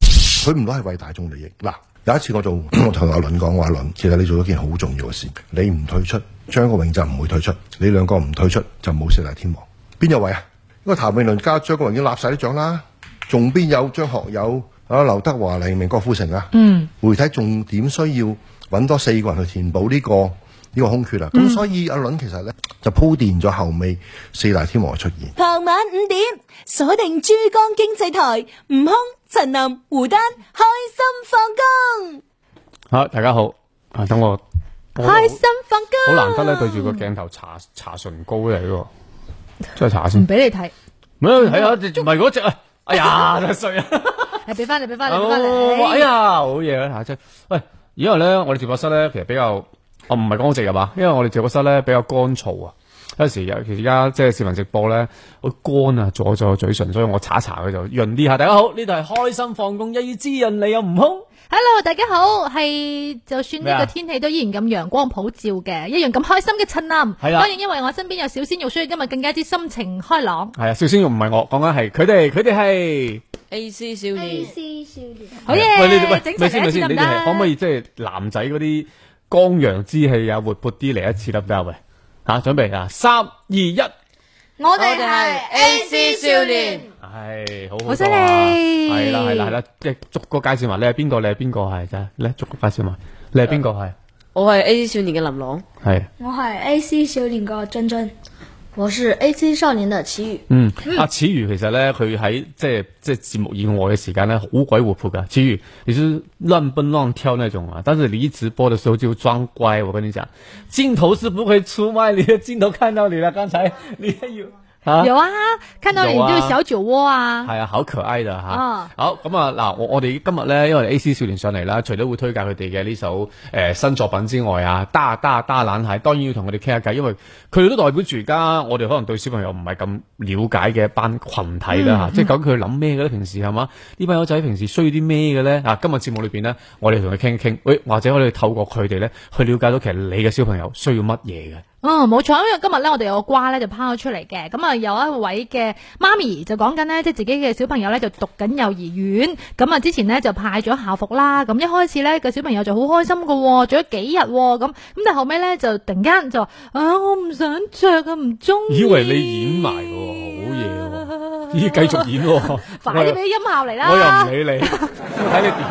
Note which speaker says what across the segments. Speaker 1: 佢唔攞係為大眾利益。嗱，有一次我做， 我同阿倫講，我話倫，其實你做咗件好重要嘅事，你唔退出，張國榮就唔會退出，你兩個唔退出就冇四大天王，邊有位啊？因為譚詠麟加張國榮已經立晒啲獎啦，仲邊有張學友啊、劉德華、黎明、郭富城啊？嗯，媒體重點需要揾多四個人去填補呢、個。呢個空缺啊，咁所以阿倫其實咧就鋪墊咗後尾四大天王嘅出現。
Speaker 2: 傍晚五點，鎖定珠江經濟台，悟空、陳林、胡丹，開心放工，
Speaker 3: 好，大家好。啊，等我，我都好
Speaker 4: 開心放工，
Speaker 3: 好啊難得咧，對住個鏡頭搽搽唇膏嚟喎，真係搽下先
Speaker 4: 唔。俾你睇，
Speaker 3: 唔係係啊，唔係嗰只啊！哎 呀，真係衰啊！
Speaker 4: 係哎俾翻你，俾翻你，俾翻你。
Speaker 3: 哦哎呀，好嘢啊！下真喂，因為咧，我哋直播室咧，其實比較，我唔係講我直入啊，因為我哋直播室咧比較乾燥啊。有時尤其而家即係視頻直播咧，好乾啊，阻咗嘴唇，所以我搽一搽佢就潤啲下。大家好，呢度係開心放工，一於滋潤你有悟空。
Speaker 4: Hello，大家好，係就算
Speaker 3: 咩啊
Speaker 4: 呢個天氣都依然咁陽光普照嘅，一樣咁開心嘅襯林。
Speaker 3: 係啊啦
Speaker 4: 當然因為我身邊有小鮮肉，所以今日更加之心情開朗。
Speaker 3: 係啊，小鮮肉唔係我講緊係佢哋，佢哋係
Speaker 5: A C 少年，
Speaker 4: 好
Speaker 3: 啊喂，你哋
Speaker 4: 嘢，
Speaker 3: 喂，
Speaker 4: 整
Speaker 3: 咪
Speaker 4: 齊啊
Speaker 3: 先咪
Speaker 4: 一次
Speaker 3: 先，
Speaker 4: 得
Speaker 3: 你
Speaker 4: 唔
Speaker 3: 哋係可唔可
Speaker 4: 得？
Speaker 3: 以即係男仔嗰啲剛陽之氣啊，活潑啲嚟一次得唔得啊？喂，嚇，準備啊，三二一，
Speaker 5: 我哋係 A C 少年，
Speaker 3: 唉，好
Speaker 4: 好
Speaker 3: 好
Speaker 4: 犀
Speaker 3: 多啊！
Speaker 4: 利，
Speaker 3: 係啦係啦係啦，即係逐個介紹埋，你係邊個？你係邊個？係真係，你逐個介紹埋，你係邊個？係
Speaker 5: 我係 A C 少年嘅林朗，
Speaker 3: 係
Speaker 6: 我哎系 A C 少年个珍珍，
Speaker 7: 我是 A C 少年的齐宇，
Speaker 3: 嗯，阿子瑜其實咧，佢喺即係即係節目以外嘅時間咧，好鬼活潑噶。子瑜，你是亂蹦亂跳那種啊，但是你一直播的時候就裝乖。我跟你講，鏡頭是不會出賣你的，鏡頭看到你了。剛才你也有啊，
Speaker 4: 有啊，看到你
Speaker 3: 有啊
Speaker 4: 就是小酒窩啊，
Speaker 3: 係啊，好可愛的吓。
Speaker 4: 啊
Speaker 3: 好咁啊，嗱，我我哋今日咧，因為 A C 少年上嚟啦，除咗會推介佢哋嘅呢首誒、呃新作品之外啊，大大大懶蟹，當然要同佢哋傾下偈，因為佢哋都代表住而家我哋可能對小朋友唔係咁了解嘅一班群體啦嚇、
Speaker 4: 嗯
Speaker 3: 即係究竟佢諗咩嘅咧？平時係嘛？呢班友仔平時需要啲咩嘅咧？啊，今日節目裏邊咧，我哋同佢傾一傾，喂，或者我哋透過佢哋咧去了解到其實你嘅小朋友需要乜嘢嘅。
Speaker 4: 嗯，冇錯，因為今日咧，我哋有個瓜咧就拋咗出嚟嘅，咁啊有一位嘅媽咪就講緊呢，即係自己嘅小朋友咧就讀緊幼兒園，咁啊之前呢就派咗校服啦，咁一開始咧個小朋友就好開心噶、喎，着咗幾日喎咁、咁但後尾咧就突然間就話啊我唔想着啊，唔中意，
Speaker 3: 以為你演埋喎好嘢咦，繼續演喎、
Speaker 4: 快啲俾音效嚟啦，
Speaker 3: 我又唔理你， 睇你點。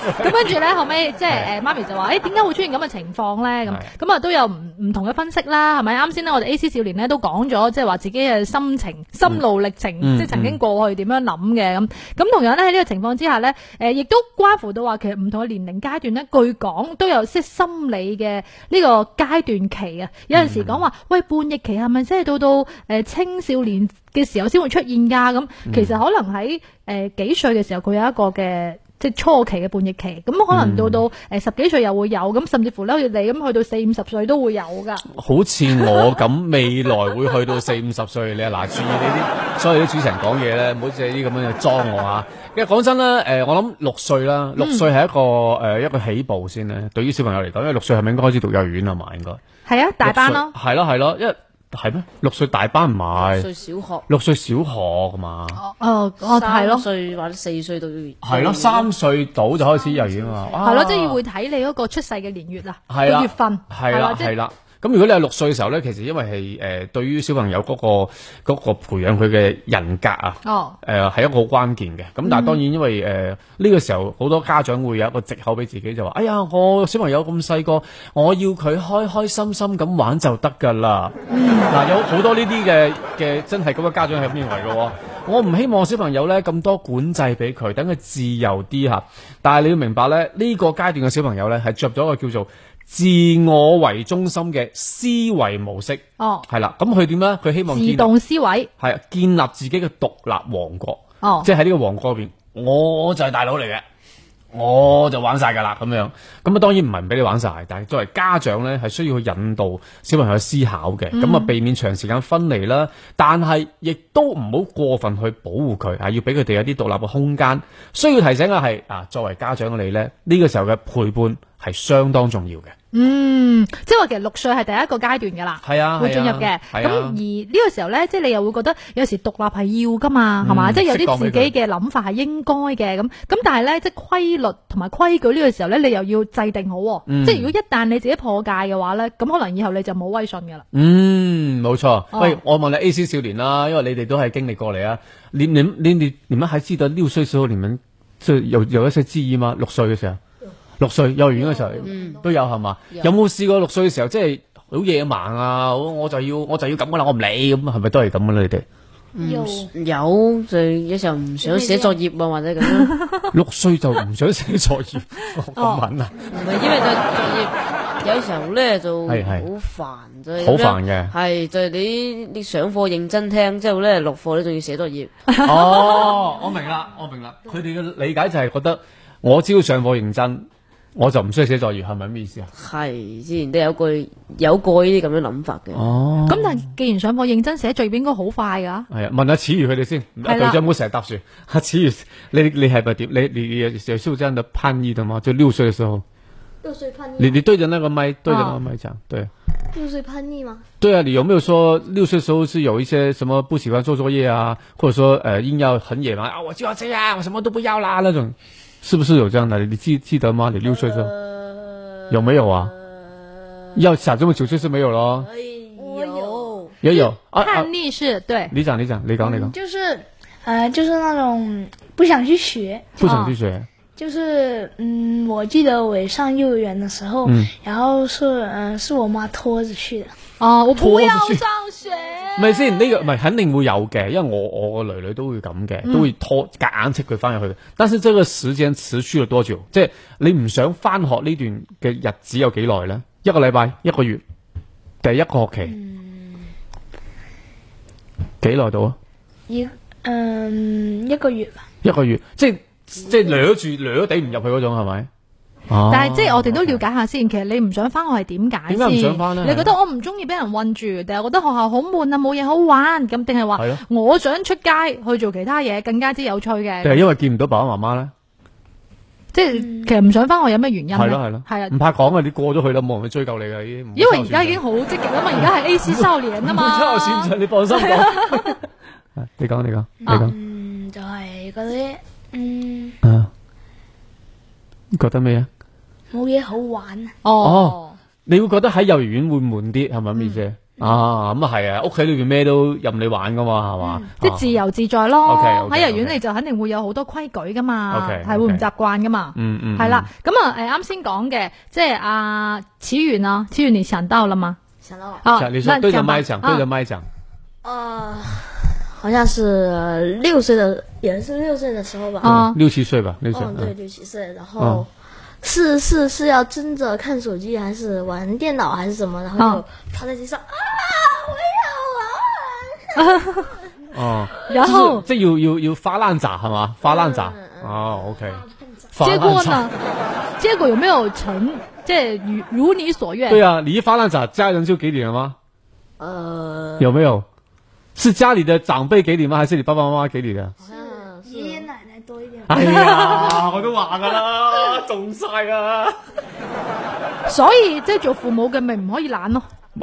Speaker 4: 咁跟住咧，後尾即係誒媽咪就話：誒點解會出現咁嘅情況咧？咁
Speaker 3: 係
Speaker 4: 咁啊都有唔唔同嘅分析啦，係咪？啱先咧，我哋 A C 少年咧都講咗，即係話自己嘅心情、心路歷程，
Speaker 3: 嗯
Speaker 4: 即係曾經過去點樣諗嘅咁。咁同樣咧喺呢個情況之下咧，誒亦都關乎到話其實唔同嘅年齡階段咧，據講都有即係心理嘅呢個階段期啊。有陣
Speaker 3: 嗯
Speaker 4: 時講話喂叛逆期係咪即係到到誒青少年嘅時候先會出現㗎？咁
Speaker 3: 嗯
Speaker 4: 其實可能喺誒幾歲嘅時候，佢有一個嘅。即係初期嘅叛逆期，咁可能到到
Speaker 3: 嗯
Speaker 4: 誒十幾歲又會有，咁甚至乎咧好似你咁去到四五十歲都會有噶。
Speaker 3: 好似我咁，未來會去到四五十歲，你啊嗱，注意你啲，所以啲主持人講嘢咧，唔好借啲咁樣嘅裝我啊！因為講真啦，誒、我諗六歲
Speaker 4: 嗯
Speaker 3: 啦，六歲係一個誒、一個起步先咧，對於小朋友嚟講，因為六歲係咪應該開始讀幼兒園啊嘛？應該
Speaker 4: 係啊，大班咯
Speaker 3: 六。歲係咯係咯，因為係咩？六歲大班唔係，
Speaker 5: 歲小學，
Speaker 3: 六歲小學嘛，
Speaker 4: 哦哦，哦係咯
Speaker 5: 三，歲或者四歲到要
Speaker 3: 係咯、三歲到就開始幼兒園啊嘛，
Speaker 4: 係咯，
Speaker 3: 哇
Speaker 4: 即係會睇你嗰個出世嘅年月啊，
Speaker 3: 係啦
Speaker 4: 個月份
Speaker 3: 係啦，
Speaker 4: 即
Speaker 3: 係
Speaker 4: 係
Speaker 3: 啦。咁如果你係六歲嘅時候咧，其實因為係誒、呃、對於小朋友嗰、個嗰、個培養佢嘅人格啊。
Speaker 4: 哦，嗯
Speaker 3: 誒係一個好關鍵嘅，咁但係當然因為誒呃呢、個時候好多家長會有一個藉口俾自己就話：哎呀，我小朋友咁細個，我要佢開開心心咁玩就得㗎啦。嗱、
Speaker 4: 嗯
Speaker 3: 有好多呢啲嘅嘅真係咁嘅家長係咁認為嘅喎。我唔希望小朋友呢咁多管制俾佢，等佢自由啲嚇。但係你要明白呢，呢、個階段嘅小朋友呢係着咗一個叫做自我為中心嘅思維模式，
Speaker 4: 哦，
Speaker 3: 係啦。咁佢點呢？佢希望
Speaker 4: 自
Speaker 3: 建立
Speaker 4: 動思維，
Speaker 3: 係啊建立自己嘅獨立王國。
Speaker 4: 哦，
Speaker 3: 即係喺呢個王國入邊，我就係大佬嚟嘅，我就玩晒㗎啦咁樣。咁啊，當然唔係唔俾你玩晒，但係作為家長咧，係需要去引導小朋友去思考嘅，咁啊、
Speaker 4: 嗯
Speaker 3: 避免長時間分離啦。但係亦都唔好過分去保護佢，啊，要俾佢哋有啲獨立嘅空間。需要提醒嘅係啊，作為家長嘅你咧，呢、呢個時候嘅陪伴係相當重要嘅。
Speaker 4: 嗯，即系话其實六歲係第一個階段噶啦，
Speaker 3: 係啊
Speaker 4: 會進入
Speaker 3: 係
Speaker 4: 嘅。
Speaker 3: 啊係啊
Speaker 4: 咁而呢個時候咧，即係你又會覺得有時獨立係要噶嘛，係嘛？
Speaker 3: 嗯
Speaker 4: 即係有
Speaker 3: 適當
Speaker 4: 啲自
Speaker 3: 俾
Speaker 4: 己
Speaker 3: 佢
Speaker 4: 嘅諗法係應該嘅咁。咁但係咧，即係規律同埋規矩呢個時候咧，你又要制定好喎。
Speaker 3: 嗯
Speaker 4: 即係如果一旦你自己破戒嘅話咧，咁可能以後你就冇威信噶啦。
Speaker 3: 嗯，冇錯。
Speaker 4: 哦
Speaker 3: 喂，我問你 A C 少年啦，因為你哋都係經歷過嚟啊。你你你你你們還記得六歲時候你們就有有一些記憶嗎？六歲嘅時候，六歲幼兒園嘅時候，都有係嘛？有冇試過六歲嘅時候即係好野蠻啊？好我就要我就要咁噶啦，我唔理咁，係咪都係咁嘅咧？你 哋
Speaker 6: 有
Speaker 5: 有就有時候唔想寫作業啊，或者咁樣，
Speaker 3: 六歲就唔想寫作業，我咁問啊？
Speaker 5: 唔係因為就作業有時候咧就好
Speaker 3: 係係
Speaker 5: 煩，就係
Speaker 3: 好
Speaker 5: 咁樣
Speaker 3: 煩嘅
Speaker 5: 係就係你你上課認真聽之後咧，落課你仲要寫作業，
Speaker 3: 哦，我明啦，我明啦。佢哋嘅理解就係覺得我只要上課認真，我就唔需要寫作業，係咪咁嘅意思啊？
Speaker 5: 係之前都有句有過呢啲咁樣諗法嘅。
Speaker 3: 哦
Speaker 4: 咁但係既然上課認真寫作業應該好快㗎。
Speaker 3: 系啊，問下子瑜佢哋先，
Speaker 4: 係
Speaker 3: 隊
Speaker 4: 啦
Speaker 3: 長唔好成日搭船。阿子瑜，你你係咪點？你你你有有受這樣的叛逆的嗎？就六歲的時候，
Speaker 6: 六岁叛
Speaker 3: 你
Speaker 6: 逆，
Speaker 3: 你對着那個麥，對着那個
Speaker 4: 啊
Speaker 3: 麥講，對
Speaker 6: 六岁叛逆吗？
Speaker 3: 对啊，你有沒有說六歲時候是有一些什麼不喜歡做作業啊，或者說呃硬要很野蠻啊，我就要這樣，我什麼都不要啦那種，是不是有這樣的？你記記得嗎？你六歲時候有沒有啊？
Speaker 4: 呃
Speaker 3: 要想這麼久就是沒有咯，
Speaker 6: 我有，
Speaker 3: 也有啊啊
Speaker 4: 叛！逆是對，
Speaker 3: 你講你講，你講
Speaker 4: 嗯
Speaker 3: 你講，
Speaker 6: 就是呃，就是那种不想去学，
Speaker 3: 不
Speaker 4: 哦
Speaker 3: 想去學，
Speaker 6: 就是嗯，我记得我上幼儿园的时候，
Speaker 3: 嗯
Speaker 6: 然后是嗯、是我妈拖着去的，
Speaker 4: 哦，我不
Speaker 3: 拖
Speaker 4: 要
Speaker 3: 住
Speaker 4: 上學。
Speaker 3: 咪先呢個咪肯定會有嘅，因為我我個女女都會咁嘅，
Speaker 4: 嗯
Speaker 3: 都會拖夾硬逼佢翻入去嘅。但是即個時間持續咗多久？即係你唔想翻學呢段嘅日子有幾耐咧？一個禮拜、一個月定係一個學期？
Speaker 4: 嗯
Speaker 3: 幾耐到啊？
Speaker 6: 一嗯、一个月吧。
Speaker 3: 一個月，即係即係掠住掠地唔入去嗰種係咪？哦
Speaker 4: 嗯但係即係我哋都了解下先，其實你唔想翻學係點解先？
Speaker 3: 點解唔想返呢
Speaker 4: 你覺得我唔中意俾人困住，定係覺得學校好悶啊，冇嘢好玩咁，定係話
Speaker 3: 係咯
Speaker 4: 我想出街去做其他嘢更加之有趣
Speaker 3: 定係
Speaker 4: 嘅？
Speaker 3: 因為見唔到爸爸媽媽咧？
Speaker 4: 即係其實唔想翻學有咩原因咧？
Speaker 3: 係咯係咯，
Speaker 4: 係啊
Speaker 3: 唔。怕講啊！你過咗去啦，冇人會追究你噶已經。唔會
Speaker 4: 因為而
Speaker 3: 收
Speaker 4: 家
Speaker 3: 錢
Speaker 4: 已經好積極啊啦嘛，而家係 A C 收年啊 嘛，
Speaker 3: 冇出我選擇，你放心講。 啊你講，
Speaker 4: 啊
Speaker 3: 你講，你講。
Speaker 6: 嗯，就系嗰啲嗯
Speaker 3: 啊，覺得咩啊？
Speaker 6: 冇嘢好玩啊，
Speaker 4: 哦，
Speaker 3: 你會覺得喺幼兒園會悶啲，係咪咁意思？
Speaker 4: 嗯
Speaker 3: 啊，咁啊係啊，屋企裏边咩都任你玩噶嘛，係嘛？
Speaker 4: 嗯即係
Speaker 3: 啊
Speaker 4: 自由自在咯。
Speaker 3: OK，OK，OK
Speaker 4: 喺幼兒園你就肯定會有好多規矩噶嘛，
Speaker 3: 哦 OK，OK
Speaker 4: 係會唔習慣噶嘛。
Speaker 3: 嗯嗯，
Speaker 4: 係啦，咁啊，誒啱先講嘅，即係阿始源啊，始源你想到了嗎？
Speaker 7: 想到了，
Speaker 4: 啊
Speaker 3: 嗯。，你
Speaker 4: 那
Speaker 3: 說對着
Speaker 4: 講吧
Speaker 3: 麥講，
Speaker 4: 啊
Speaker 3: 對着麥講。
Speaker 7: 呃，好像是六岁的，也是六岁的时候吧。
Speaker 4: 啊
Speaker 3: 嗯，六七歲吧，六歲。
Speaker 4: 哦
Speaker 7: 嗯，对，
Speaker 3: 嗯
Speaker 7: 六七岁，然
Speaker 3: 嗯
Speaker 7: 后是是是要争着看手机，还是玩电脑，还是什么？然后
Speaker 4: 嗯
Speaker 7: 就趴在地上啊，
Speaker 3: 哦，
Speaker 4: 然 后
Speaker 3: 即係要要要發爛渣係嘛？發爛渣。哦，OK。發
Speaker 4: 嗯结果
Speaker 3: 爛渣
Speaker 4: 呢？结果有没有成？这如如你所愿？
Speaker 3: 对啊，你一发烂渣，家人就给你了吗？
Speaker 7: 呃，
Speaker 3: 有没有？是家里的长辈给你吗？还是你爸爸妈妈给你 的？
Speaker 7: 嗯
Speaker 6: 爷爷奶奶多一点。
Speaker 3: 哎呀，我都话噶啦，中晒啊！
Speaker 4: 所以即系做父母嘅咪唔可以懒咯。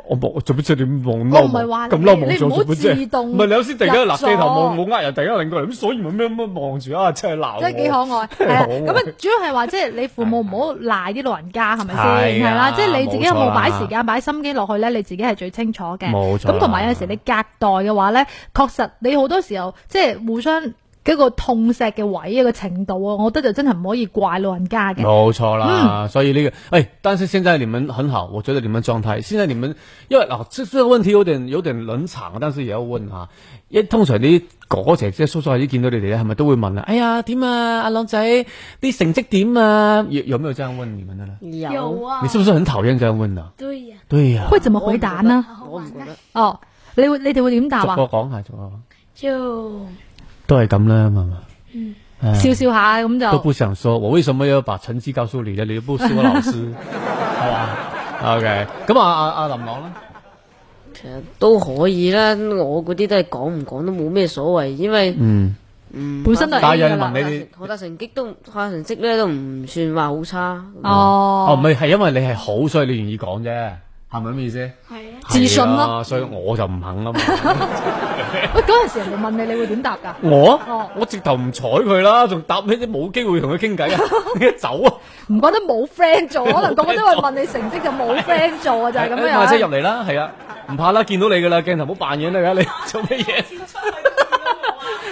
Speaker 3: 我冇，我做乜啫？你望
Speaker 4: 我
Speaker 3: 嬲
Speaker 4: 唔係話
Speaker 3: 望
Speaker 4: 你
Speaker 3: 咁嬲望
Speaker 4: 你唔
Speaker 3: 咗
Speaker 4: 好
Speaker 3: 做乜啫？
Speaker 4: 自動
Speaker 3: 唔係你有先突然間
Speaker 4: 入
Speaker 3: 嗱
Speaker 4: 咗
Speaker 3: 低頭望，冇呃人，突然間擰過嚟，咁所以咪咩咩望住啊，真係鬧我。
Speaker 4: 真係幾 可愛，係啊！
Speaker 3: 可愛
Speaker 4: 咁啊，主要係話即係你父母唔好賴啲老人家，係咪先？
Speaker 3: 係啊
Speaker 4: 係啦，即係你自己有冇擺
Speaker 3: 冇錯啦
Speaker 4: 時間、擺心機落去咧，你自己係最清楚嘅。
Speaker 3: 冇錯啦
Speaker 4: 咁同埋有時你隔代嘅話咧，確實你好多時候即係互相嗰個痛錫嘅位啊個程度啊，我覺得就真係唔可以怪老人家嘅。
Speaker 3: 冇错啦，所以那个，哎，但是现在你们很好，我觉得你们状态，现在你们，因为啊，这这个问题有点有点冷场，但是也要问下，一通常啲哥哥姐姐、叔叔阿姨见到你哋咧，系咪都会问啊？哎呀，点啊，阿朗仔，啲成绩点啊？有有没有这样问你们的呢？
Speaker 5: 有
Speaker 6: 啊
Speaker 3: 你是不是很讨厌这样问啊？
Speaker 6: 对呀、啊
Speaker 3: 对呀、
Speaker 4: 會怎麼回答呢？
Speaker 5: 我唔覺得，
Speaker 4: 哦，你會你哋會點答
Speaker 3: 逐
Speaker 4: 啊？
Speaker 3: 个讲下，逐个講
Speaker 6: 就
Speaker 3: 都系咁啦，嘛嗯，
Speaker 4: 笑笑下咁
Speaker 3: 都
Speaker 4: 就
Speaker 3: 不想说，我为什么要把成绩告诉你呢？你又不是我老 师，系嘛？OK，咁啊啊啊林朗咧。
Speaker 5: 其實都可以啦。我嗰啲都係講唔講都冇咩所謂，因為
Speaker 3: 嗯，
Speaker 4: 本身都係 A
Speaker 3: 但係有
Speaker 4: 㗎
Speaker 3: 人
Speaker 4: 啦
Speaker 3: 問你
Speaker 5: 學習成績都學習成績咧都唔算話好差，
Speaker 3: 哦，
Speaker 4: 哦
Speaker 3: 唔，係，係因為你係好，所以你願意講啫，係咪咁意思？
Speaker 6: 係啊，
Speaker 4: 自信
Speaker 3: 係
Speaker 4: 咯。
Speaker 3: 啊，所以我就唔 肯啦嘛。
Speaker 4: 喂，嗰陣時人哋問你，你會點答㗎？
Speaker 3: 我
Speaker 4: 哦
Speaker 3: 我直頭唔睬佢啦，仲答咩啫？冇機會同佢傾偈啊！ 你走啊！
Speaker 4: 唔覺得冇 friend 做，可能個個都會問你成績就冇 friend 做啊，就係咁
Speaker 3: 哎買車入
Speaker 4: 樣。
Speaker 3: 嚟啦，係啊，唔怕啦，見到你噶啦，鏡頭唔好扮嘢啦，你 做咩嘢？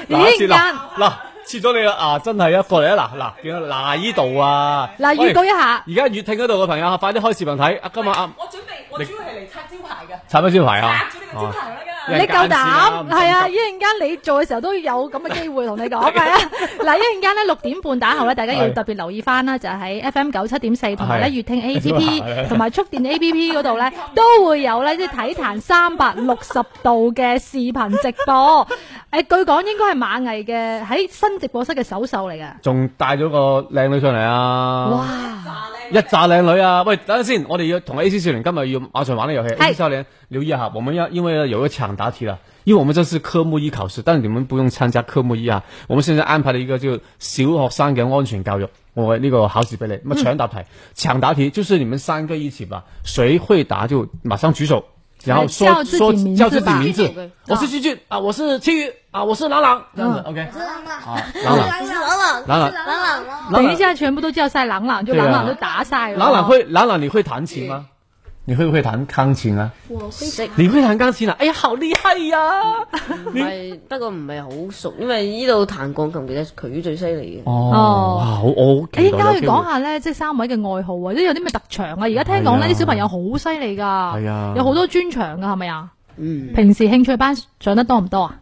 Speaker 4: 咦
Speaker 3: 嗱切啦嗱，切咗你啦啊！真係啊，過嚟啊！嗱嗱，見到嗱依度啊，
Speaker 4: 嗱，預告一下。
Speaker 3: 而家粵聽嗰度嘅朋友，快啲開視頻睇！啊，今日啊，
Speaker 8: 我準備，我主要係嚟拆招牌嘅，
Speaker 3: 插乜招牌啊
Speaker 8: 拆？咗呢個招牌啦，㗎。
Speaker 4: 你夠膽係啊！一陣間你做嘅時候都有咁嘅機會同你 講係啊！嗱，一陣間咧六點半打後咧，大家要
Speaker 3: 係
Speaker 4: 特別留意翻啦，就喺 FM 九七點四同埋咧
Speaker 3: 係
Speaker 4: 粵聽
Speaker 3: 係啊
Speaker 4: APP 同埋觸電 APP 嗰度 咧，都會有咧即係體壇三百六十度嘅視頻直播。 誒，據講應該係馬藝嘅喺新直播室嘅首秀嚟嘅。
Speaker 3: 仲帶咗個靚女上嚟啊！
Speaker 4: 哇！
Speaker 3: 一扎靚女啊！喂，等陣先，我哋要同 A C 少年今日要马上玩的游戏。
Speaker 4: 嗨
Speaker 3: A C 少年，留意一下，我们要因为呢有一个抢答题了，啊因为我们这是科目一考试，但是你们不用参加科目一啊。我们现在安排了一个就小学生嘅安全教育，我那个考试俾你。那么抢答题，抢答题就是你们三个一起吧，谁会答就马上举手，然后说
Speaker 4: 叫自己
Speaker 3: 说
Speaker 4: 名字
Speaker 3: 嗯叫自己
Speaker 4: 吧
Speaker 3: 名
Speaker 5: 俊
Speaker 3: 字
Speaker 5: 俊。
Speaker 3: 我是俊俊啊，我是青鱼啊，我是朗朗，这样子
Speaker 4: 嗯
Speaker 3: OK 啊，朗朗。
Speaker 7: 你是朗朗，
Speaker 3: 朗朗
Speaker 7: 你是朗朗，
Speaker 3: 朗
Speaker 4: 等
Speaker 3: 朗
Speaker 4: 一下，全部都叫晒朗朗，就
Speaker 3: 對啊
Speaker 4: 朗朗都打晒了。
Speaker 3: 朗朗会，朗朗你会弹琴吗？你会不会弹钢琴啊？
Speaker 7: 我会识。
Speaker 3: 你会弹钢琴啊？哎呀，好厉害呀、
Speaker 5: 唔係不過唔係好熟，因為呢度彈鋼琴其實佢最犀利嘅。
Speaker 3: 哦，哇，好我好
Speaker 4: 誒
Speaker 3: 期
Speaker 4: 應
Speaker 3: 待
Speaker 4: 該要
Speaker 3: 有機
Speaker 4: 講
Speaker 3: 會。
Speaker 4: 下咧，即係三位嘅愛好啊，即係有啲咩特長啊？而家聽講
Speaker 3: 係啊
Speaker 4: 呢啲小朋友好犀利㗎，係
Speaker 3: 啊
Speaker 4: 有好多專長㗎，係咪啊？
Speaker 5: 嗯，
Speaker 4: 平時興趣班上得多唔多啊？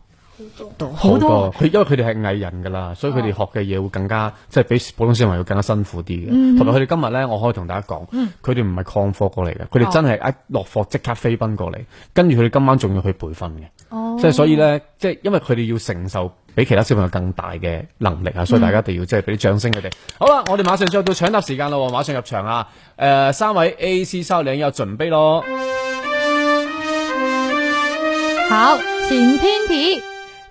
Speaker 4: 好多啊
Speaker 3: 佢因為佢哋係藝人㗎啦，所以佢哋學嘅嘢會更加即係比普通小朋友更加辛苦啲
Speaker 4: 嗯
Speaker 3: 嘅。同埋佢哋今日咧，我可以同大家講，佢哋唔係曠課過嚟嘅，
Speaker 4: 哦
Speaker 3: 佢哋真係一落課即刻飛奔過嚟，跟住佢哋今晚仲要去培訓嘅。
Speaker 4: 哦
Speaker 3: 即係所以咧，即係因為佢哋要承受比其他小朋友更大嘅能力啊，
Speaker 4: 嗯
Speaker 3: 所以大家一定要即係俾啲掌聲佢哋。好啦，我哋馬上進入到搶答時間咯，馬上入場啊！诶、三位 A、C、收領有準備 咯。
Speaker 4: 好，请听题。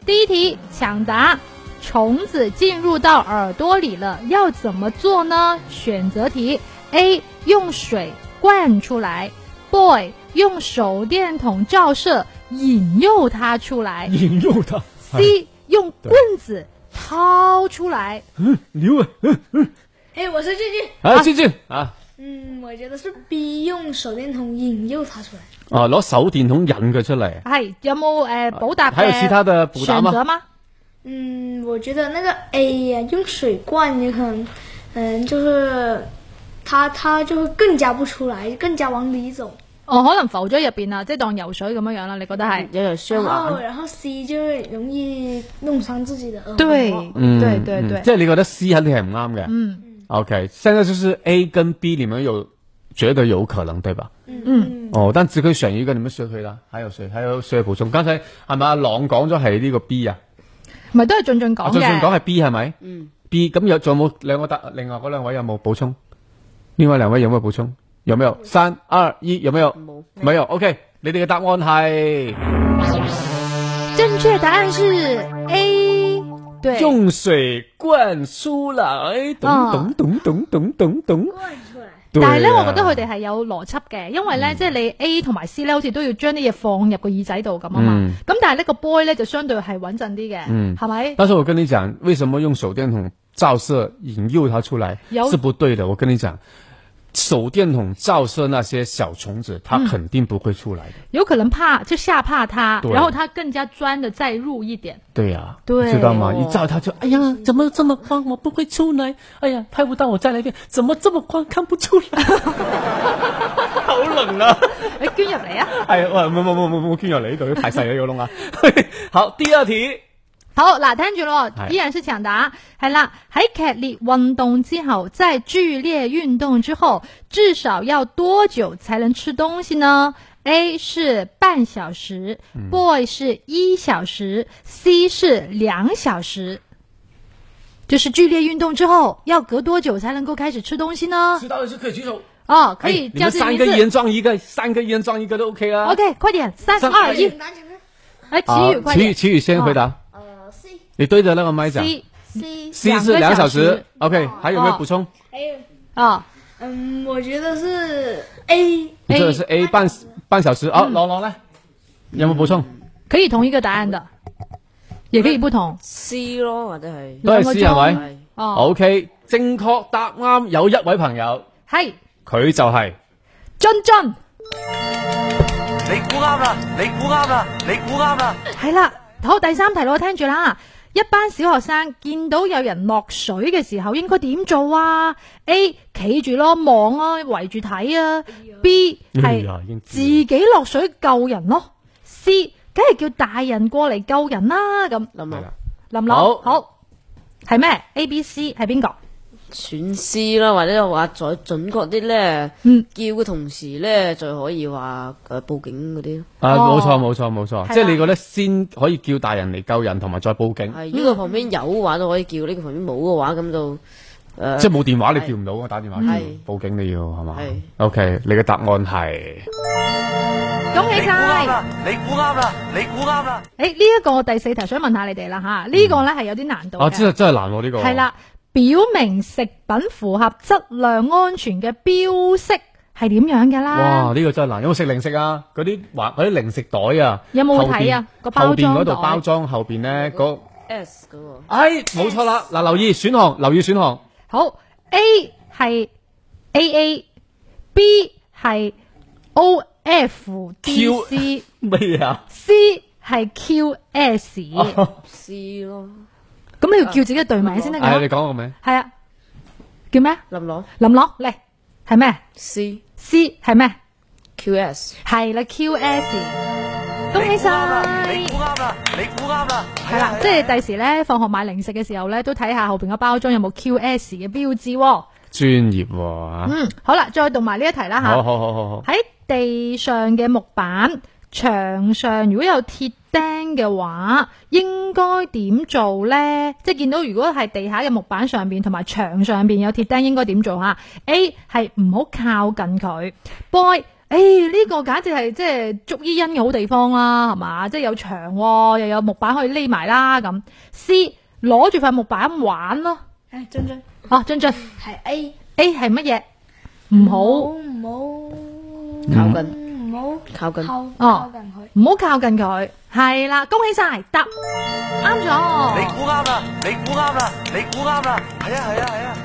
Speaker 4: 第一题，抢答，虫子进入到耳朵里了，要怎么做呢？选择题：A. 用水灌出来；B. 用手电筒照射引诱它 出来
Speaker 3: 引诱他。
Speaker 4: ；C. 用棍子掏出来。
Speaker 3: 牛啊！
Speaker 6: 哎，我是俊俊。
Speaker 3: 啊，俊俊啊，
Speaker 6: 嗯，我觉得是 B 用手电筒引诱他出来。
Speaker 3: 哦，攞手電筒引佢出嚟。
Speaker 4: 系有冇诶补答
Speaker 3: 啊还有其他的补答
Speaker 4: 选
Speaker 3: 吗
Speaker 4: 择吗？
Speaker 6: 嗯，我觉得那个 A 呀、用水灌你可能，嗯，就是他他就会更加不出来，更加往里走。
Speaker 4: 哦，可能浮咗入边啦，即系当游水咁样样啦，你觉得系？
Speaker 3: 嗯
Speaker 5: 有人
Speaker 6: 然
Speaker 5: 雙
Speaker 6: 后
Speaker 5: 眼，
Speaker 6: 然后 C 就是容易弄伤自己的耳朵。
Speaker 3: 嗯，
Speaker 4: 对对
Speaker 3: 嗯
Speaker 4: 对，
Speaker 3: 即係你覺得 C 肯定係唔啱嘅。嗯。OK，現在就是 A 跟 B 你们有觉得有可能对吧？
Speaker 4: 嗯，
Speaker 3: 哦，但只可以選一個，你們選佢啦。還有誰？還有誰補充？剛才係咪阿朗講咗係呢個 B 啊？
Speaker 4: 咪都系俊俊
Speaker 3: 啊，
Speaker 4: 讲
Speaker 3: 俊俊講
Speaker 4: 嘅。
Speaker 3: 係 B 係咪？嗯。B 咁有仲有冇兩個答？另外嗰兩位有冇補充？另外兩位有冇補充？有沒有？三二一，有沒有？冇。沒有。OK，你哋嘅答案係
Speaker 4: 正确答案是 A，对，
Speaker 3: 用水灌出來，
Speaker 4: 啊
Speaker 3: 咚咚咚咚咚咚咚。對啊嗯
Speaker 4: 但係咧，我覺得佢哋係有邏輯嘅，因為咧，即係你 A 同埋 C 咧，好似都要將啲嘢放入個耳仔度咁啊嘛
Speaker 3: 嗯。
Speaker 4: 咁但係呢個 boy 咧就相對係穩陣啲嘅，
Speaker 3: 嗯
Speaker 4: 係咪？
Speaker 3: 但是我跟你讲，为什么用手电筒照射引诱它出来
Speaker 4: 有
Speaker 3: 是不对的。我跟你讲，手电筒照射那些小虫子，它肯定不会出来的。
Speaker 4: 有可能怕就吓怕他，
Speaker 3: 對
Speaker 4: 然後他更加鑽的再入一点。
Speaker 3: 对呀、
Speaker 4: 对
Speaker 3: 你知道吗？
Speaker 4: 哦
Speaker 3: 一照它就，哎呀，怎么这么光？我不会出来。哎呀，拍不到，我再来一遍。怎么这么光？看不出 来。好冷啊！
Speaker 4: 你捐入嚟啊！
Speaker 3: 哎呀，喂，冇冇冇冇冇，捐入嚟呢度太細啦呢個窿啊！好，第二題。
Speaker 4: 好嗱，聽住咯
Speaker 3: 係，
Speaker 4: 依然是搶答，係啦。喺劇烈運動之後，在劇烈運動之後，至少要多久才能吃東西呢？A 是半小時、b
Speaker 3: 嗯
Speaker 4: o y 是一小時，C 是两小時。就是剧烈運動之後，要隔多久才能夠開始吃東西呢？
Speaker 3: 知道的就可以举手。
Speaker 4: 哦，可以
Speaker 3: 哎你
Speaker 4: 叫
Speaker 3: 们
Speaker 4: 自己
Speaker 3: 三
Speaker 4: 名
Speaker 3: 个一
Speaker 4: 字。哦
Speaker 3: 人撞一个，三个一人撞一个都 OK 啊。
Speaker 4: OK，快點，三
Speaker 6: 啊
Speaker 3: 三
Speaker 4: 二一
Speaker 6: 简，单简单。
Speaker 4: 哎，
Speaker 3: 好
Speaker 4: 齐宇，快
Speaker 3: 齐宇，
Speaker 4: 點。
Speaker 3: 齐宇先回答。
Speaker 7: 呃，C
Speaker 3: 你对着那个麦讲
Speaker 4: C
Speaker 7: C
Speaker 3: ，C
Speaker 4: 两
Speaker 3: 是
Speaker 4: 个
Speaker 3: 两
Speaker 4: 小
Speaker 3: 小
Speaker 4: 时
Speaker 3: 时，OK，还有没有
Speaker 4: 哦
Speaker 3: 补充？
Speaker 6: 还有，
Speaker 4: 啊，
Speaker 6: 哎嗯，我觉得是 A，
Speaker 3: 你这个是 A 半半小时，好，罗罗来，有冇补充？
Speaker 4: 可以同一个答案的，也可以不同。
Speaker 5: C 咯，或者係
Speaker 3: 都係 C 係咪？
Speaker 5: 係
Speaker 4: 哦
Speaker 3: O K，正確答啱有一位朋友，
Speaker 4: 系
Speaker 3: 佢就係
Speaker 4: 津津
Speaker 9: 你估啱啦！你估啱啦！你估啱啦！
Speaker 4: 系啦，好第三題咯，聽住啦。一班小學生見到有人落水嘅時候，應該點做啊？A 企住咯，望咯，圍住睇啊。B
Speaker 3: 哎
Speaker 4: 係
Speaker 3: 呀已經知
Speaker 4: 自己落水救人咯。C 梗係叫大人過嚟救人啦。咁
Speaker 5: 林
Speaker 3: 係
Speaker 5: 林
Speaker 3: 啦
Speaker 4: 林林
Speaker 3: 好
Speaker 4: 好係咩？A、B、C 係邊個？
Speaker 5: 選 C 啦，或者話再準確啲咧，
Speaker 4: 嗯
Speaker 5: 叫嘅同時咧，就可以話誒報警嗰啲咯。
Speaker 3: 啊，冇
Speaker 4: 哦
Speaker 3: 錯冇錯冇
Speaker 4: 係啦
Speaker 3: 錯，即係你覺得先可以叫大人嚟救人，同埋再報警，
Speaker 5: 係呢個旁邊有嘅話都可以叫，呢個旁邊冇嘅話咁就呃誒。
Speaker 3: 即係冇電話你叫唔到啊，打電話
Speaker 5: 係
Speaker 3: 叫報警你要係嘛
Speaker 5: 係
Speaker 3: ？O K，你嘅答案係
Speaker 4: 恭喜晒！
Speaker 9: 你估啱啦！你估啱啦！嗯
Speaker 4: 诶，呢一個第四題想問下你哋啦吓，呢個咧係有啲難度
Speaker 3: 啊，
Speaker 4: 嘅
Speaker 3: 真。係真係難喎呢個，
Speaker 4: 系，啦，表明食品符合質量安全嘅標識係點樣嘅
Speaker 3: 哇
Speaker 4: 啦？
Speaker 3: 呢個真係難，有冇食零食啊？嗰啲環嗰啲零食袋啊，
Speaker 4: 有冇睇啊
Speaker 3: 後邊
Speaker 4: 個包
Speaker 3: 後
Speaker 4: 裝
Speaker 3: 邊嗰度
Speaker 4: 袋
Speaker 3: 包裝後邊咧嗰，
Speaker 5: S 嘅喎，
Speaker 3: 哎冇錯啦，嗱留意選項，留意選項。
Speaker 4: 好，A 係 A A，B 係 O F D
Speaker 3: Q
Speaker 4: C，C
Speaker 3: 咩啊？
Speaker 4: 係 Q S。咁
Speaker 5: C 咯，
Speaker 4: 你要叫自己嘅隊名先得
Speaker 3: 唉，哎你
Speaker 4: 㗎。
Speaker 3: 講個名。
Speaker 4: 係啊，叫咩？啊
Speaker 5: 林朗
Speaker 4: 林朗嚟，係咩
Speaker 5: C
Speaker 4: ？C 係咩？
Speaker 5: Q S
Speaker 4: 係啦，Q S。恭喜
Speaker 9: 估
Speaker 4: 晒！
Speaker 9: 哎啱啦！你估啱啦！
Speaker 4: 系啦，即係第時咧，放學買零食嘅時候咧，都睇下後边個包裝有冇 QS 嘅標誌喎。
Speaker 3: 專業喎、啊
Speaker 4: 嗯，好啦，再讀埋呢一題啦
Speaker 3: 好
Speaker 4: 吓。
Speaker 3: 好好好好。
Speaker 4: 喺地上嘅木板牆上，如果有鐵釘嘅話，應該點做咧？即系见到如果係地下嘅木板上边同埋牆上边有鐵釘，應該點做吓？A 係唔好靠近佢。boy，诶呢、個簡直係即係捉伊因嘅好地方啦，係嘛？即係有牆喎，又有木板可以匿埋啦咁。C 攞住塊木板玩咯。
Speaker 6: 哎，真真
Speaker 4: 啊，俊俊
Speaker 6: 係 A，
Speaker 4: ，A 係乜嘢？唔好
Speaker 6: 唔
Speaker 5: 靠
Speaker 3: 嗯
Speaker 5: 近
Speaker 4: 嗯
Speaker 6: 好唔
Speaker 5: 靠近
Speaker 6: 好靠
Speaker 4: 哦
Speaker 6: 靠近佢。
Speaker 4: 唔好靠近佢。係啦，恭喜晒，答啱
Speaker 3: 哎
Speaker 9: 你
Speaker 4: 咗。
Speaker 9: 估啱啦！你估啱啦！你估啱啦！係啊係啊係啊！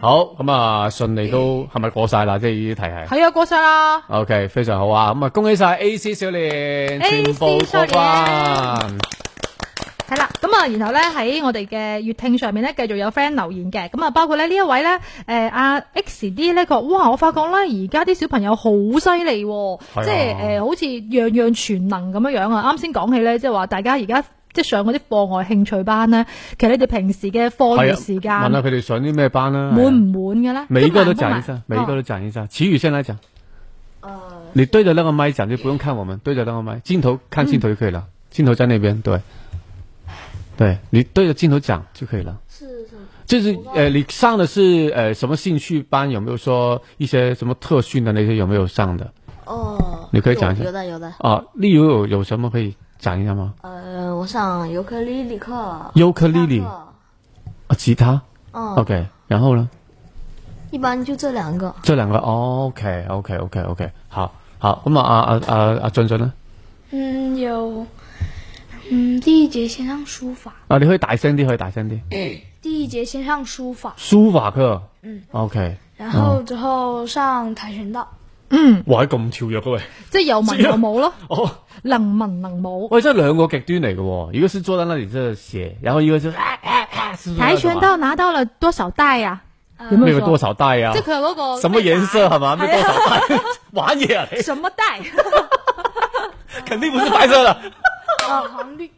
Speaker 3: 好，咁啊，順利
Speaker 4: 嗯
Speaker 3: 都係咪過晒啦？即係呢啲題 係。
Speaker 4: 係啊，過晒啦。
Speaker 3: O、k 非常好啊！咁啊，恭喜晒 A C 小蓮
Speaker 4: AC
Speaker 3: 全部過
Speaker 4: 少
Speaker 3: 關。
Speaker 4: 係啦，咁啊，然後咧喺我哋嘅月聽上面咧，繼續有 friend 留言嘅，咁啊，包括咧呢一位咧，诶、阿 X D 咧，佢話哇，我發覺咧而家啲小朋友好犀利喎，
Speaker 3: 係啊
Speaker 4: 即係诶、呃好似樣樣全能咁樣樣啊！啱先講起咧，即係話大家而家即係上嗰啲課外興趣班咧，其實你哋平時嘅課餘時間
Speaker 3: 啊問下佢哋上啲咩班啦、
Speaker 4: 滿唔滿嘅咧？
Speaker 3: 每一个都
Speaker 4: 就
Speaker 3: 讲一下，每一个都讲一下。齐宇先来讲。
Speaker 7: 呃
Speaker 3: 你对着那个麦讲，就不用看我们，对着那个麦，镜头看镜头就可以
Speaker 7: 嗯
Speaker 3: 了。镜头在那边，对，对你对着镜头讲就可以了。
Speaker 7: 是什么？
Speaker 3: 就是呃，你上的是呃什么兴趣班？有没有说一些什么特训的那些有没有上的？
Speaker 7: 哦，
Speaker 3: 你可以讲一下
Speaker 7: 有的有的。
Speaker 3: 啊，例如有有什么可以讲一下吗？
Speaker 7: 呃，我上尤克里里课，
Speaker 3: 尤克里里
Speaker 7: 上
Speaker 3: 啊，
Speaker 7: 课
Speaker 3: 吉他
Speaker 7: 嗯
Speaker 3: ，OK，然后呢？
Speaker 7: 一般就这两个。
Speaker 3: 这两个，OK，OK，OK，OK，好，好，咁啊啊啊啊啊俊俊呢？
Speaker 6: 嗯，有，嗯，第一节先上书法，
Speaker 3: 啊，你可以大声啲，可以大声啲。
Speaker 6: 第一节先上书法，
Speaker 3: 书法课，嗯，OK，
Speaker 6: 然后之后上跆拳道。
Speaker 3: 哇，咁跳跃嘅喂，
Speaker 4: 即係 有文有武咯，
Speaker 3: 哦，
Speaker 4: 能文能武。
Speaker 3: 喂，真系两个极端嚟嘅喎，一个是坐在那里这写，然后一个就是啊啊啊是不是
Speaker 4: 跆拳道拿到了多少袋呀、啊？有
Speaker 3: 那
Speaker 4: 没
Speaker 3: 个
Speaker 4: 有
Speaker 3: 多
Speaker 4: 说？
Speaker 3: 少袋啊
Speaker 4: 即？係佢有嗰個
Speaker 3: 什么颜色系嘛？咩多
Speaker 4: 係
Speaker 3: 少
Speaker 4: 啊
Speaker 3: 袋？玩嘢啊你，
Speaker 4: 什么 袋
Speaker 3: 肯定不是白色的。
Speaker 6: 啊，黄绿，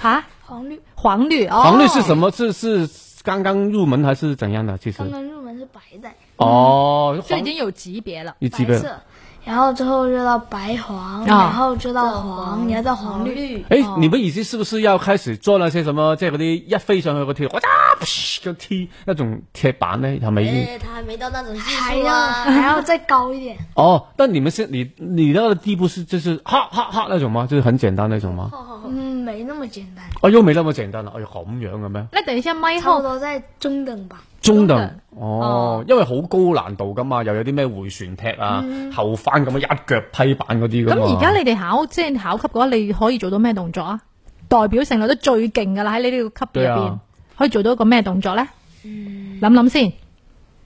Speaker 4: 啊？
Speaker 6: 黄绿，
Speaker 4: 黄绿哦，
Speaker 3: 黄绿是什么？是是刚刚入门还是怎样的？其实
Speaker 6: 刚刚入门是白带，
Speaker 3: 哦，
Speaker 4: 就
Speaker 3: 黄
Speaker 4: 已经有级别了。
Speaker 3: 你
Speaker 6: 白
Speaker 3: 几个？
Speaker 6: 色，然后之后就到白黄，
Speaker 4: 啊
Speaker 6: 然后就到哦黄，然后到黄绿。
Speaker 7: 绿
Speaker 3: 哎，你们已经是不是要开始做那些什么，即系嗰啲一飞上去个跳，哇嚓就踢那种铁板呢？系咪已经？
Speaker 7: 哎，他还没到那种技
Speaker 6: 还
Speaker 7: 术
Speaker 6: 要
Speaker 7: 啊。
Speaker 6: 还要再高一点，
Speaker 3: 哦，但你们是你你那个地步是就是哈哈哈那种吗？就是很简单那种吗？
Speaker 6: 嗯，没没那么简单，
Speaker 3: 哦，喐尾得咁簡單啦，哎呀咁樣嘅咩？
Speaker 4: 那等一下麦
Speaker 6: 差不
Speaker 4: 后，
Speaker 6: 多在中等吧。
Speaker 3: 中
Speaker 4: 等
Speaker 3: 等哦，因為好高難度噶嘛，又有啲咩回旋踢啊、後翻咁樣一腳批板嗰啲噶嘛。
Speaker 4: 咁而家你哋考即係考級嘅話，你可以做到咩動作啊？代表性率都最勁噶啦，喺你呢個級別入
Speaker 3: 對
Speaker 4: 邊
Speaker 3: 啊，
Speaker 4: 可以做到一個咩動作咧？諗諗先，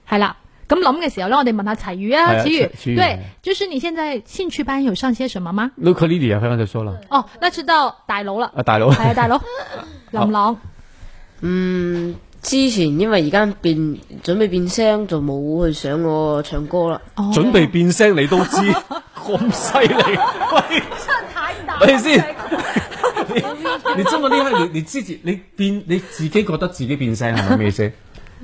Speaker 4: 係啦。咁諗嘅時候咧，我哋問下齊宇
Speaker 3: 係
Speaker 4: 啊，
Speaker 3: 啊齊
Speaker 4: 齊
Speaker 3: 齊
Speaker 4: 宇，
Speaker 3: 宇
Speaker 4: 對，就是你現在興趣班有上些什麼嗎？
Speaker 3: l u c a l i d i 啊，香港就說啦，
Speaker 4: 哦，那知道大佬啦，
Speaker 3: 啊大佬，
Speaker 4: 係啊， 大佬，林朗，
Speaker 5: 嗯，之前因為而家變準備變聲，就冇去上我唱歌啦。
Speaker 4: 哦
Speaker 3: 準備變聲你都 知，咁犀利，喂，等陣 先。你你真係呢刻你你自己你變你自己覺得自己變聲係咪咩意 思？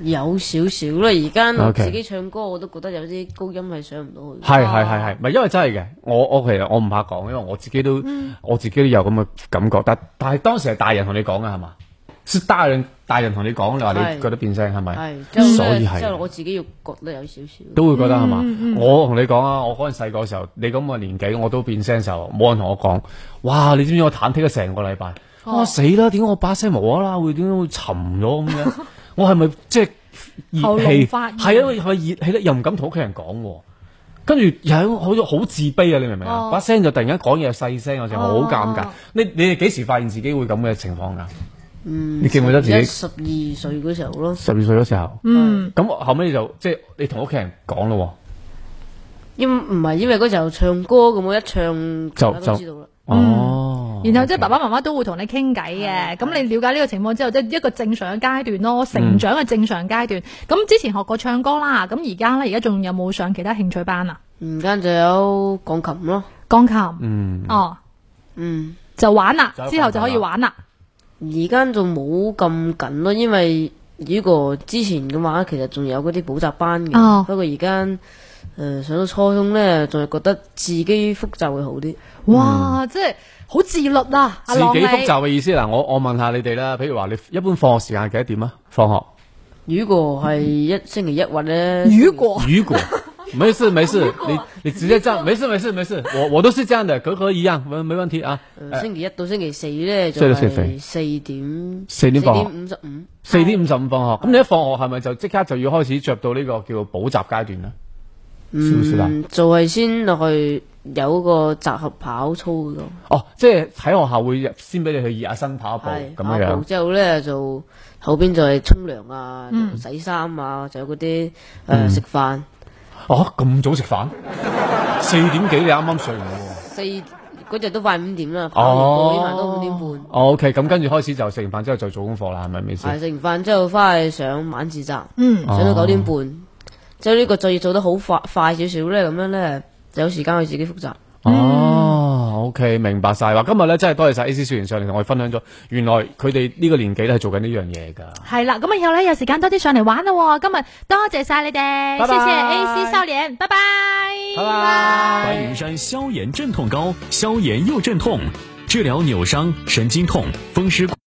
Speaker 5: 有少少啦，而家我
Speaker 3: OK
Speaker 5: 自己唱歌我都覺得有啲高音係上唔到去。
Speaker 3: 係係係係，唔係因為真係嘅，我我其實我唔怕講，因為我自己都、
Speaker 5: 嗯
Speaker 3: 我自己都有咁嘅感覺，但但係當時係大人同你講嘅係嘛？是大人大人同你講，你話你
Speaker 5: 係
Speaker 3: 覺得變聲係咪？
Speaker 5: 係，之後
Speaker 3: 所以
Speaker 5: 呢
Speaker 3: 係
Speaker 5: 之後我自己又覺得有少少。
Speaker 3: 都會覺得係嘛？
Speaker 4: 嗯
Speaker 3: 我同你講啊，我嗰陣細個嘅時候，你咁嘅年紀，我都變聲嘅時候，冇人同我講，哇！你知唔知我忐忑咗成個禮拜？
Speaker 4: 哦
Speaker 3: 我、死啦！點解我把聲無啦啦會點解會沉咗咁樣？ 我係咪即係
Speaker 4: 喉
Speaker 3: 熱
Speaker 4: 嚨
Speaker 3: 氣？
Speaker 4: 發炎
Speaker 3: 係啊，係咪熱氣咧？又唔敢同屋企人講喎。跟住又係好似好自卑啊！你明唔明啊
Speaker 4: 哦？
Speaker 3: 把聲就突然間講嘢又細聲，我就好
Speaker 4: 哦
Speaker 3: 尷尬。你你哋幾時發現自己會咁嘅情況㗎？嗯，你記唔記得自己
Speaker 5: 一十二歲嗰時候咯，
Speaker 3: 十二歲嗰時候？
Speaker 4: 嗯，
Speaker 3: 咁後尾就即係你同屋企人講咯喎。
Speaker 5: 因唔係因為嗰時候唱歌咁，我一唱
Speaker 3: 就
Speaker 5: 大家都
Speaker 3: 就
Speaker 5: 知道啦。
Speaker 3: 哦，
Speaker 4: 嗯然後即係爸爸媽媽都會同你傾偈
Speaker 3: 啊
Speaker 4: 嘅，咁你了解呢個情況之後，即係一個正常嘅階段咯，
Speaker 3: 嗯
Speaker 4: 成長嘅正常階段。咁之前學過唱歌啦，咁而家咧，而家仲有冇上其他興趣班啊？
Speaker 5: 唔間就有鋼琴咯，
Speaker 4: 鋼琴，
Speaker 3: 嗯，
Speaker 4: 哦，
Speaker 5: 嗯，
Speaker 4: 就玩啦
Speaker 3: 就，有
Speaker 4: 之後就可以玩啦。
Speaker 5: 而家就冇咁緊咯，因為呢個之前嘅話，其實仲有嗰啲補習班嘅，
Speaker 4: 哦
Speaker 5: 不過而家誒上到初中呢，仲係覺得自己複習會好啲。
Speaker 4: 哇，即係好自律啊！
Speaker 3: 嗯自
Speaker 4: 阿
Speaker 3: 己
Speaker 4: 朗你
Speaker 3: 複習嘅意思嗱，我我問下你哋啦，譬如話你一般放學時間幾多點啊？放學
Speaker 5: 如果係一星期一或者
Speaker 4: 雨果
Speaker 3: 嗯如 果没事没事，你你直接這樣，沒事沒事沒事，我我都是這樣的，格格一樣，沒沒問題啊。
Speaker 5: 誒呃星期一到星期四呢，就
Speaker 3: 所以你食肥
Speaker 5: 係四點
Speaker 3: 四點放學
Speaker 5: 五十五。
Speaker 3: 四點五十五放學，咁你一放學係咪就即刻就要開始着到呢個叫做補習階段啦？算唔算啊？
Speaker 5: 嗯，就係先落去有個集合跑操嗰度，
Speaker 3: 哦，即係喺學校會入先俾你去熱下身跑一步
Speaker 5: 係
Speaker 3: 咁樣
Speaker 5: 跑步
Speaker 3: 樣。
Speaker 5: 之後咧就後邊就係沖涼啊、
Speaker 3: 嗯
Speaker 5: 洗衫啊，仲有嗰啲呃誒食飯。
Speaker 3: 哦，咁早食飯？四點幾你啱啱睡完喎。
Speaker 5: 四嗰日都快五點啦，跑完步起碼都五點半。
Speaker 3: 哦，OK，咁跟住開始就食完飯之後就做功課啦，係咪咩意思？
Speaker 5: 係食完飯之後翻去上晚自習，
Speaker 4: 嗯
Speaker 5: 上到
Speaker 3: 哦
Speaker 5: 九點半。之後呢個作業做得好快快少少咧，咁樣咧就有時間去自己複習。
Speaker 3: 哦，OK，明白晒啦。今日咧真係多謝晒 A C 小員上嚟同我哋分享咗，原來佢哋呢個年紀咧係做緊呢樣嘢㗎。
Speaker 4: 係啦，咁以後咧有時間多啲上嚟玩啦喎。今日多謝晒你哋，
Speaker 3: 拜拜
Speaker 4: 謝謝 A C 少年，拜拜，
Speaker 3: 拜拜。
Speaker 10: 白云山消炎镇痛膏，消炎又镇痛，治疗扭伤、神经痛、风湿。